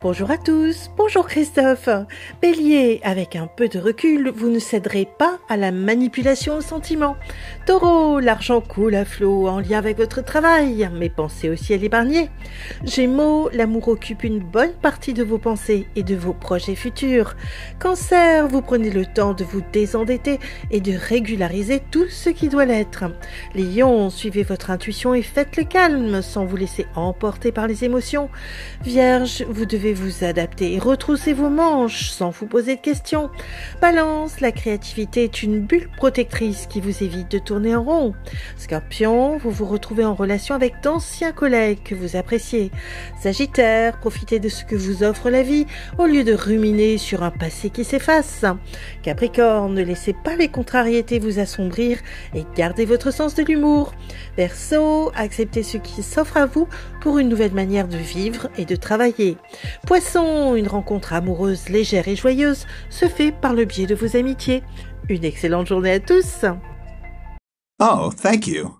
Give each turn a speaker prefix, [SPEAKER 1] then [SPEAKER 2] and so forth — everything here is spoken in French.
[SPEAKER 1] Bonjour à tous, bonjour Christophe. Bélier, avec un peu de recul, vous ne céderez pas à la manipulation aux sentiments. Taureau, l'argent coule à flot en lien avec votre travail, mais pensez aussi à l'épargner. Gémeaux, l'amour occupe une bonne partie de vos pensées et de vos projets futurs. Cancer, vous prenez le temps de vous désendetter et de régulariser tout ce qui doit l'être. Lion, suivez votre intuition et faites le calme sans vous laisser emporter par les émotions. Vierge, vous devez vous adapter et retrousser vos manches sans vous poser de questions. Balance, la créativité est une bulle protectrice qui vous évite de tourner en rond. Scorpion, vous vous retrouvez en relation avec d'anciens collègues que vous appréciez. Sagittaire, profitez de ce que vous offre la vie au lieu de ruminer sur un passé qui s'efface. Capricorne, ne laissez pas les contrariétés vous assombrir et gardez votre sens de l'humour. Verseau, acceptez ce qui s'offre à vous pour une nouvelle manière de vivre et de travailler. Poisson, une rencontre amoureuse légère et joyeuse se fait par le biais de vos amitiés. Une excellente journée à tous.
[SPEAKER 2] Oh, thank you.